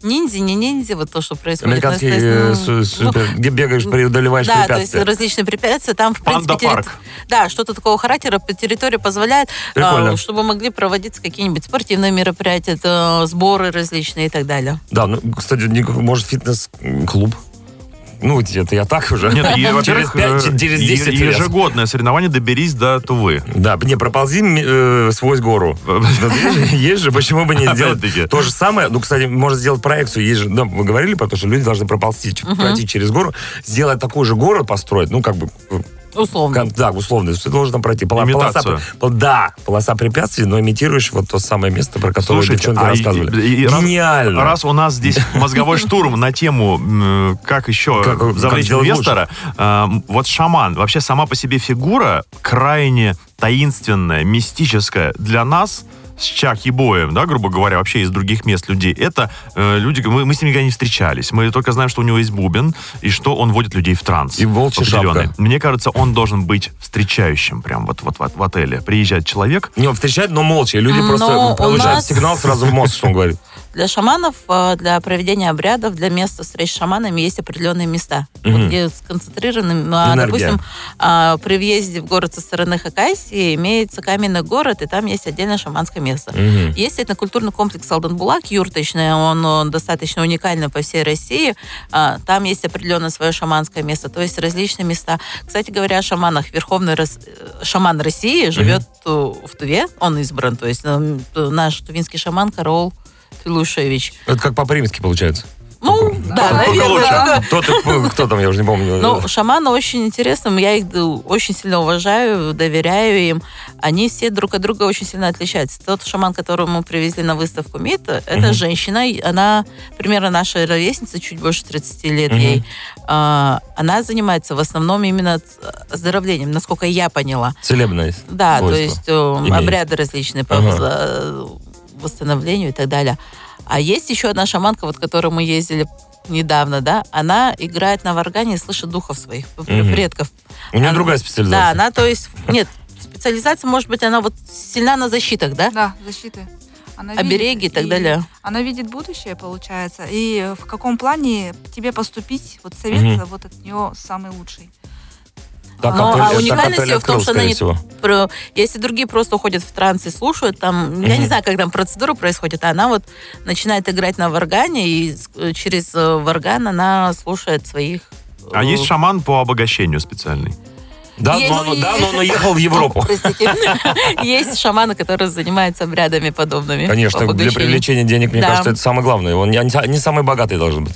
Speaker 4: ниндзя, не ниндзя, вот то, что происходит. на
Speaker 2: Американские
Speaker 4: Стейс-
Speaker 2: э,
Speaker 4: ну,
Speaker 2: су-
Speaker 4: ну,
Speaker 2: супер, где бегаешь, преодолеваешь
Speaker 4: да, то есть
Speaker 2: препятствия.
Speaker 4: различные препятствия. Там, в принципе,
Speaker 3: Панда-парк.
Speaker 4: терри- да, что-то такого характера по территории позволяет,
Speaker 2: Прикольно.
Speaker 4: а, чтобы могли проводиться какие-нибудь спортивные мероприятия, это э, сборы различные и так далее.
Speaker 2: Да, ну, кстати, не- может, фитнес-клуб. Ну, это я так уже.
Speaker 3: Нет, и,
Speaker 2: через
Speaker 3: во-первых,
Speaker 2: 5, через
Speaker 3: е-
Speaker 2: 10 лет.
Speaker 3: ежегодное соревнование «Доберись до Тувы».
Speaker 2: Да, не, проползи э, свой гору. Ну, Есть же- есть же, почему бы не сделать
Speaker 3: Опять-таки.
Speaker 2: то же самое. Ну, кстати, можно сделать проекцию. Есть же, да, вы говорили про то, что люди должны проползти, ч- пройти через гору, сделать такую же гору, построить, ну, как бы, э,
Speaker 4: Условно.
Speaker 2: кон- да, условно, ты должен там пройти. Пола- полоса,
Speaker 3: Имитацию.
Speaker 2: пол- да, полоса препятствий, но имитируешь вот то самое место, про которое
Speaker 3: Слушайте,
Speaker 2: девчонки
Speaker 3: а и-
Speaker 2: рассказывали.
Speaker 3: и- и раз-
Speaker 2: Гениально.
Speaker 3: Раз у нас здесь мозговой штурм на тему, м, как еще
Speaker 2: Как- как
Speaker 3: завлечь
Speaker 2: сделать
Speaker 3: инвестора, а, м, вот шаман, вообще сама по себе фигура крайне таинственная, мистическая для нас, с Чак и Боем, да, грубо говоря, вообще из других мест людей, это э, люди, мы, мы с ним никогда не встречались, мы только знаем, что у него есть бубен, и что он вводит людей в транс.
Speaker 2: И волчья
Speaker 3: определенный.
Speaker 2: шапка.
Speaker 3: Мне кажется, он должен быть встречающим прям вот, вот, вот в отеле. Приезжает человек,
Speaker 2: Не, он встречает, но молча. И Люди
Speaker 4: Но
Speaker 2: просто
Speaker 4: у
Speaker 2: получают
Speaker 4: нас-
Speaker 2: сигнал сразу в мозг, что он говорит.
Speaker 4: Для шаманов, э, для проведения обрядов, для места встреч с шаманами есть определенные места,
Speaker 2: Мгм.
Speaker 4: вот где сконцентрированы, ну, а,
Speaker 2: Энергия.
Speaker 4: допустим, а, при въезде в город со стороны Хакасии имеется каменный город, и там есть отдельное шаманское место.
Speaker 2: Мгм.
Speaker 4: Есть этнокультурный комплекс Алтенбулак, юрточный, он, он достаточно уникальный по всей России. А, Там есть определенное свое шаманское место, то есть различные места. Кстати говоря, о шаманах. Верховный рас- э, шаман России живет э, в Туве, он избран, то есть э, наш тувинский шаман Карол Филушевич.
Speaker 2: Это как по-примски получается.
Speaker 4: Ну, да,
Speaker 2: Кто- кто лучше?
Speaker 4: наверное.
Speaker 2: Кто ты- кто там, я уже не помню. э,
Speaker 4: Ну, шаманы очень интересны, я их д- очень сильно уважаю, доверяю им. Они все друг от друга очень сильно отличаются. Тот шаман, которого мы привезли на выставку МИД, это
Speaker 2: Мгм.
Speaker 4: женщина, и она примерно наша ровесница, чуть больше 30 лет
Speaker 2: Мгм.
Speaker 4: ей. А, она занимается в основном именно ц- оздоровлением, насколько я поняла.
Speaker 2: Целебное.
Speaker 4: Да, то
Speaker 2: свойство.
Speaker 4: есть э,
Speaker 2: имеет.
Speaker 4: обряды различные по
Speaker 2: Ага.
Speaker 4: возла- восстановлению и так далее. А есть еще одна шаманка, вот к которой мы ездили недавно, да, она играет на варгане и слышит духов своих п-
Speaker 2: Мгм.
Speaker 4: предков.
Speaker 2: У нее
Speaker 4: Она-
Speaker 2: другая
Speaker 4: а, Да,
Speaker 2: специализация.
Speaker 4: она, то есть, нет, специализация, может быть, она вот сильна на защитах, да?
Speaker 5: Да, защиты. Она видит
Speaker 4: Обереги и так далее.
Speaker 5: Она видит будущее, получается, и в каком плане тебе поступить, вот совет
Speaker 2: Мгм.
Speaker 5: вот от нее самый лучший.
Speaker 2: Так,
Speaker 4: Ну,
Speaker 2: отель-
Speaker 4: а
Speaker 2: так
Speaker 4: уникальность
Speaker 2: отель
Speaker 4: ее в том,
Speaker 2: открыл,
Speaker 4: что она
Speaker 2: скорее
Speaker 4: не
Speaker 2: всего.
Speaker 4: про- Если другие просто уходят в транс и слушают, там, я не знаю, как там процедура происходит, а она вот начинает играть на варгане, и с- э, через э, варган она слушает своих...
Speaker 3: А
Speaker 2: Ну.
Speaker 4: э,
Speaker 3: есть шаман по обогащению специальный.
Speaker 2: Да,
Speaker 4: Есть.
Speaker 2: но, он- да, но он уехал в Европу.
Speaker 4: Простите. Есть шаманы, которые занимаются обрядами подобными.
Speaker 2: Конечно,
Speaker 4: по
Speaker 2: для
Speaker 4: обогащению.
Speaker 2: привлечения денег, мне
Speaker 4: Да.
Speaker 2: кажется, это самое главное. Он не, не самый богатый должен быть.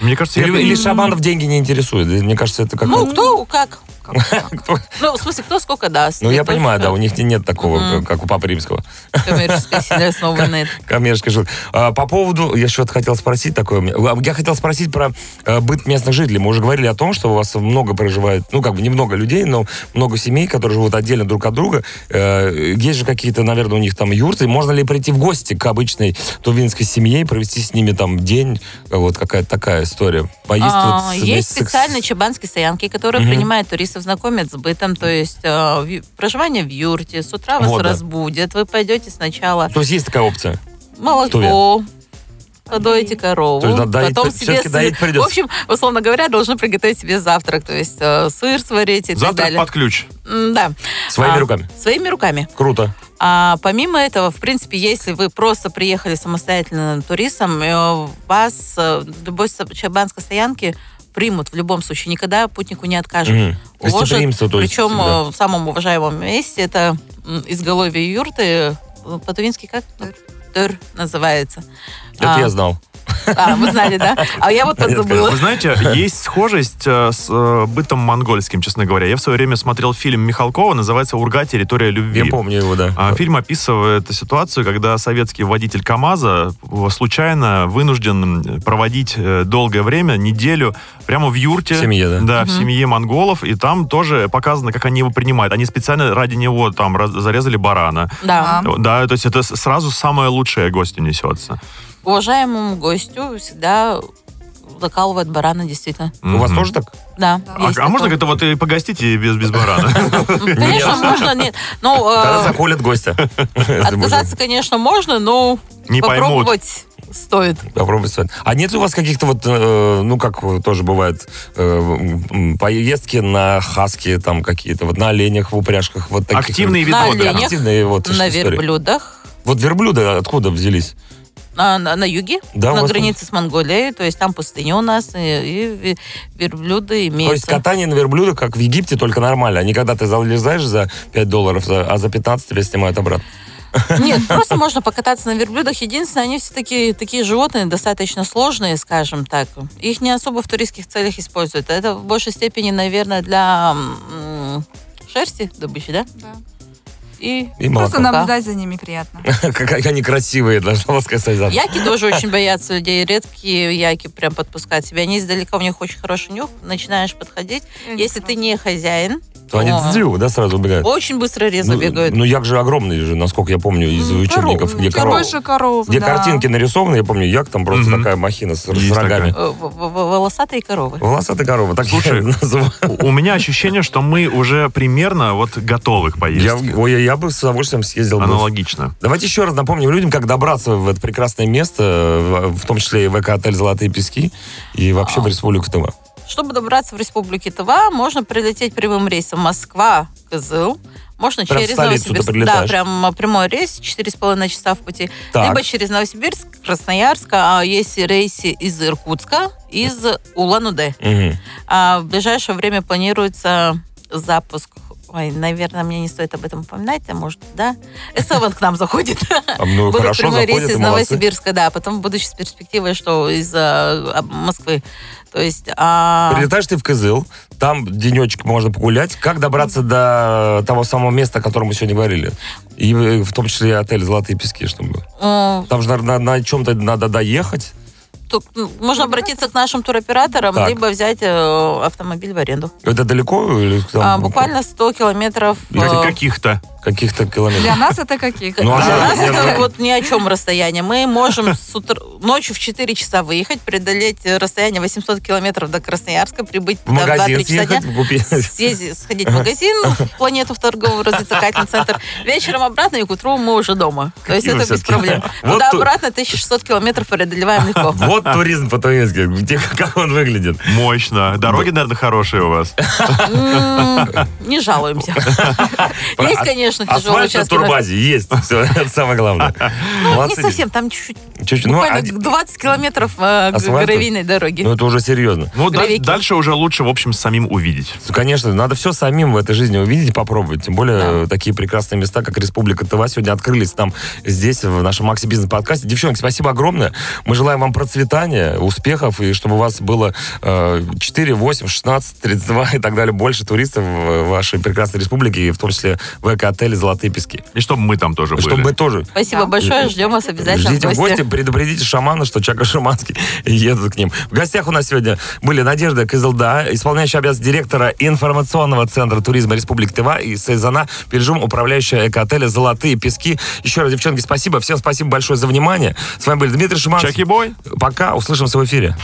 Speaker 3: Мне кажется, я
Speaker 2: Или,
Speaker 3: бы-
Speaker 2: или шаманов деньги не интересуют. Мне кажется, это как...
Speaker 4: Ну, кто как.
Speaker 5: Как-то так.
Speaker 4: Ну, в смысле, кто сколько даст.
Speaker 2: Ну, я
Speaker 4: Это
Speaker 2: понимаю, да, у них нет такого,
Speaker 4: Мгм.
Speaker 2: как у Папы Римского.
Speaker 4: Коммерческая сильно основанная.
Speaker 2: коммерческой жилки. А, По поводу, я что-то хотел спросить такое. у меня. а, Я хотел спросить про э, быт местных жителей. Мы уже говорили о том, что у вас много проживает, ну, как бы немного людей, но много семей, которые живут отдельно друг от друга. Э, Есть же какие-то, наверное, у них там юрты. Можно ли прийти в гости к обычной тувинской семье и провести с ними там день? Э, Вот какая-то такая история. Поесть
Speaker 4: А,
Speaker 2: вот с-
Speaker 4: Есть
Speaker 2: вместе с-
Speaker 4: специальные чебанские стоянки, которые
Speaker 2: Мгм.
Speaker 4: принимают туристов, знакомят с бытом. То есть э, в- проживание в юрте, с утра вас
Speaker 2: Вот, да.
Speaker 4: разбудят, вы пойдете сначала
Speaker 2: То есть есть такая опция?
Speaker 4: молоко, подоите корову,
Speaker 2: То есть, да, доить-
Speaker 4: потом себе...
Speaker 2: всё-таки доить
Speaker 4: с-
Speaker 2: придётся.
Speaker 4: В общем, условно говоря, должны приготовить себе завтрак, то есть э, сыр сварить и так
Speaker 3: завтрак
Speaker 4: далее.
Speaker 3: под ключ.
Speaker 4: М, Да.
Speaker 2: Своими
Speaker 4: А,
Speaker 2: руками?
Speaker 4: Своими руками.
Speaker 2: Круто.
Speaker 4: А помимо этого, в принципе, если вы просто приехали самостоятельным туристом, э, вас э, в любой со- чабанской стоянке примут в любом случае. Никогда путнику не откажут.
Speaker 2: Мгм. Гостеприимство, то есть,
Speaker 4: Причем
Speaker 2: да.
Speaker 4: э, в самом уважаемом месте это м, изголовье юрты. э, По-тувински как? Тыр называется.
Speaker 2: Это
Speaker 4: А,
Speaker 2: я знал.
Speaker 4: а, вы знали, да? А я вот
Speaker 2: Понятно.
Speaker 4: подзабыла.
Speaker 3: Вы знаете, есть схожесть э, с э, бытом монгольским, честно говоря. Я в свое время смотрел фильм Михалкова, называется «Урга. Территория любви».
Speaker 2: Я помню его, да.
Speaker 3: А, Фильм описывает ситуацию, когда советский водитель КАМАЗа э, случайно вынужден проводить э, долгое время, неделю, прямо в юрте.
Speaker 2: В семье, да.
Speaker 3: в семье монголов. И там тоже показано, как они его принимают. Они специально ради него там раз- зарезали барана.
Speaker 4: Да.
Speaker 5: А.
Speaker 3: Да, то есть это с- сразу самое лучшее гостю несется.
Speaker 4: Уважаемому гостю всегда закалывают барана, действительно.
Speaker 2: У вас
Speaker 3: Мгм.
Speaker 2: тоже так?
Speaker 4: Да.
Speaker 3: А,
Speaker 4: есть
Speaker 3: а можно
Speaker 4: такое.
Speaker 3: как-то вот и погостить и без, без барана?
Speaker 4: Ну, Конечно, можно, нет. Ну, э,
Speaker 2: Тогда заколят гостя.
Speaker 4: Отказаться, конечно, можно, но
Speaker 3: Не поймут.
Speaker 4: попробовать стоит.
Speaker 2: Попробуй свет. А нет ли у вас каких-то вот, э, ну, как тоже бывает, э, м, поездки на хаске, там какие-то, вот на оленях, в упряжках, вот такие?
Speaker 3: Активные
Speaker 4: На
Speaker 3: видоты.
Speaker 4: оленях.
Speaker 2: Активные вот
Speaker 4: на
Speaker 2: истории.
Speaker 4: верблюдах.
Speaker 2: Вот верблюды откуда взялись?
Speaker 4: На, на- на юге,
Speaker 2: Да, у
Speaker 4: на
Speaker 2: вас
Speaker 4: границе с Монголией, то есть там пустыня у нас, и, и ве- верблюды
Speaker 2: То есть
Speaker 4: имеются.
Speaker 2: катание на верблюдах, как в Египте, только нормально. А не когда ты залезаешь за 5 долларов, за- а за 15 тебя снимают обратно.
Speaker 4: Нет, просто можно покататься на верблюдах. Единственное, они все-таки такие животные, достаточно сложные, скажем так. Их не особо в туристских целях используют. Это в большей степени, наверное, для м, шерсти добычи, да?
Speaker 5: Да.
Speaker 4: И
Speaker 2: И молоко.
Speaker 5: Просто наблюдать за ними приятно.
Speaker 2: Как они красивые, должна вас сказать. Зара.
Speaker 4: Яки тоже очень боятся людей. Редкие яки прям подпускают себя. Они издалека, у них очень хороший нюх. Начинаешь подходить. Если ты не хозяин,
Speaker 2: То они
Speaker 4: О.
Speaker 2: дзю, да, сразу убегают.
Speaker 4: очень быстро резво
Speaker 2: Ну,
Speaker 4: бегают.
Speaker 2: Ну, як же огромный же, насколько я помню, из
Speaker 4: М,
Speaker 2: учебников,
Speaker 4: коров-
Speaker 2: где
Speaker 5: Чем
Speaker 2: корова.
Speaker 5: больше коров,
Speaker 2: Где
Speaker 5: да.
Speaker 2: картинки нарисованы, я помню, як там просто
Speaker 3: Мгм.
Speaker 2: такая махина с, с
Speaker 3: Есть
Speaker 2: рогами.
Speaker 4: Э, в- в- в- Волосатые коровы.
Speaker 2: Волосатая корова, так
Speaker 3: Слушай,
Speaker 2: я называю.
Speaker 3: У у меня ощущение, что мы уже примерно вот готовы к
Speaker 2: Я,
Speaker 3: поездке.
Speaker 2: ой, я бы с удовольствием съездил. бы.
Speaker 3: Аналогично.
Speaker 2: Давайте еще раз напомним людям, как добраться в это прекрасное место, э, в том числе и в эко-отель «Золотые пески» и
Speaker 4: А.
Speaker 2: вообще в Республику Тыва.
Speaker 4: Чтобы добраться в республике Тыва, можно прилететь прямым рейсом Москва, Кызыл. Можно
Speaker 2: Прям в
Speaker 4: через
Speaker 2: столицу ты
Speaker 4: Новосибирск. Да,
Speaker 2: прилетаешь.
Speaker 4: прям а, прямой рейс, 4,5 часа в пути.
Speaker 2: Так.
Speaker 4: Либо через Новосибирск, Красноярск, а есть рейсы из Иркутска, из Улан-Удэ.
Speaker 2: Мгм.
Speaker 4: А в ближайшее время планируется запуск. Ой, наверное, мне не стоит об этом упоминать, а может, да? Эсэвен к нам заходит.
Speaker 2: А, Ну,
Speaker 4: Будут
Speaker 2: хорошо,
Speaker 4: прямой
Speaker 2: заходят
Speaker 4: рейс
Speaker 2: и
Speaker 4: из
Speaker 2: молодцы.
Speaker 4: Новосибирска, да, а потом будучи с перспективой, что из э, а, Москвы. То есть... а,
Speaker 2: Прилетаешь ты в Кызыл, там денечек можно погулять. Как добраться до того самого места, о котором мы сегодня говорили? И э, в том числе и отель «Золотые пески», чтобы...
Speaker 4: м,
Speaker 2: Там же, наверное, на чем-то надо доехать.
Speaker 4: ну, тут, м, можно обратиться к нашим туроператорам,
Speaker 2: Так.
Speaker 4: либо взять э, автомобиль в аренду.
Speaker 2: Это далеко? или там
Speaker 4: А, буквально 100 километров.
Speaker 3: Как-
Speaker 4: э,
Speaker 3: Каких-то.
Speaker 2: каких-то километров.
Speaker 5: Для нас это каких?
Speaker 2: Ну, а
Speaker 4: Для
Speaker 2: Да,
Speaker 4: нас
Speaker 2: я
Speaker 4: это
Speaker 2: знаю.
Speaker 4: вот ни о чем расстояние. Мы можем с утра- ночью в 4 часа выехать, преодолеть э, расстояние 800 километров до Красноярска, прибыть
Speaker 2: В
Speaker 4: туда в
Speaker 2: магазин
Speaker 4: 2-3 часа дня,
Speaker 2: съехать, купить.
Speaker 4: съездить- сходить в магазин, ну, в планету, в торговый развлекательный центр. Вечером обратно и к утру мы уже дома. То есть
Speaker 3: Какие вы
Speaker 4: это без
Speaker 3: всё-таки.
Speaker 4: проблем.
Speaker 2: Вот
Speaker 4: Туда
Speaker 2: тут-
Speaker 4: обратно 1600 километров преодолеваем легко.
Speaker 2: Вот туризм по-турецки, где- как он выглядит.
Speaker 3: Мощно. Дороги, наверное, хорошие у вас.
Speaker 4: М, М-м-м, Не жалуемся. Есть, конечно, тяжелые
Speaker 2: Асфальт на
Speaker 4: участки.
Speaker 2: турбазе есть, все, это самое главное.
Speaker 4: Ну, не
Speaker 2: Молодцы.
Speaker 4: совсем, там чуть-чуть,
Speaker 2: Чуть-чуть, ну,
Speaker 4: буквально
Speaker 2: один-
Speaker 4: 20 километров э, г-
Speaker 2: Асфальта?
Speaker 4: гравийной дороги.
Speaker 2: Ну, это уже серьезно.
Speaker 3: Ну, да-
Speaker 4: Гравики.
Speaker 3: дальше уже лучше, в общем, самим увидеть.
Speaker 2: Ну, Конечно, надо все самим в этой жизни увидеть и попробовать. Тем более э, такие прекрасные места, как Республика Тыва, сегодня открылись там здесь, в нашем Макси Бизнес подкасте. Девчонки, спасибо огромное. Мы желаем вам процветания, успехов, и чтобы у вас было э, 4, 8, 16, 32 и так далее, больше туристов в вашей прекрасной республике, и в том числе в эко-отеле «Золотые пески».
Speaker 3: И чтобы мы там тоже
Speaker 2: Чтобы мы
Speaker 3: были.
Speaker 2: тоже
Speaker 4: Спасибо
Speaker 5: Да.
Speaker 4: большое, ждем вас обязательно
Speaker 2: Ждите в
Speaker 4: в гости.
Speaker 2: гости, предупредите шамана, что Чака Шаманский едут к ним. В гостях у нас сегодня были Надежда Кызылда, исполняющая обязанности директора информационного центра туризма Республики Тыва и Сайзана Пережум, управляющая эко-отеля «Золотые пески». Еще раз, девчонки, спасибо. Всем спасибо большое за внимание. С вами был Дмитрий Шиманский.
Speaker 3: Чаки-бой.
Speaker 2: Пока. Услышимся в эфире.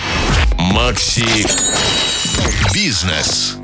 Speaker 1: Макси Бизнес.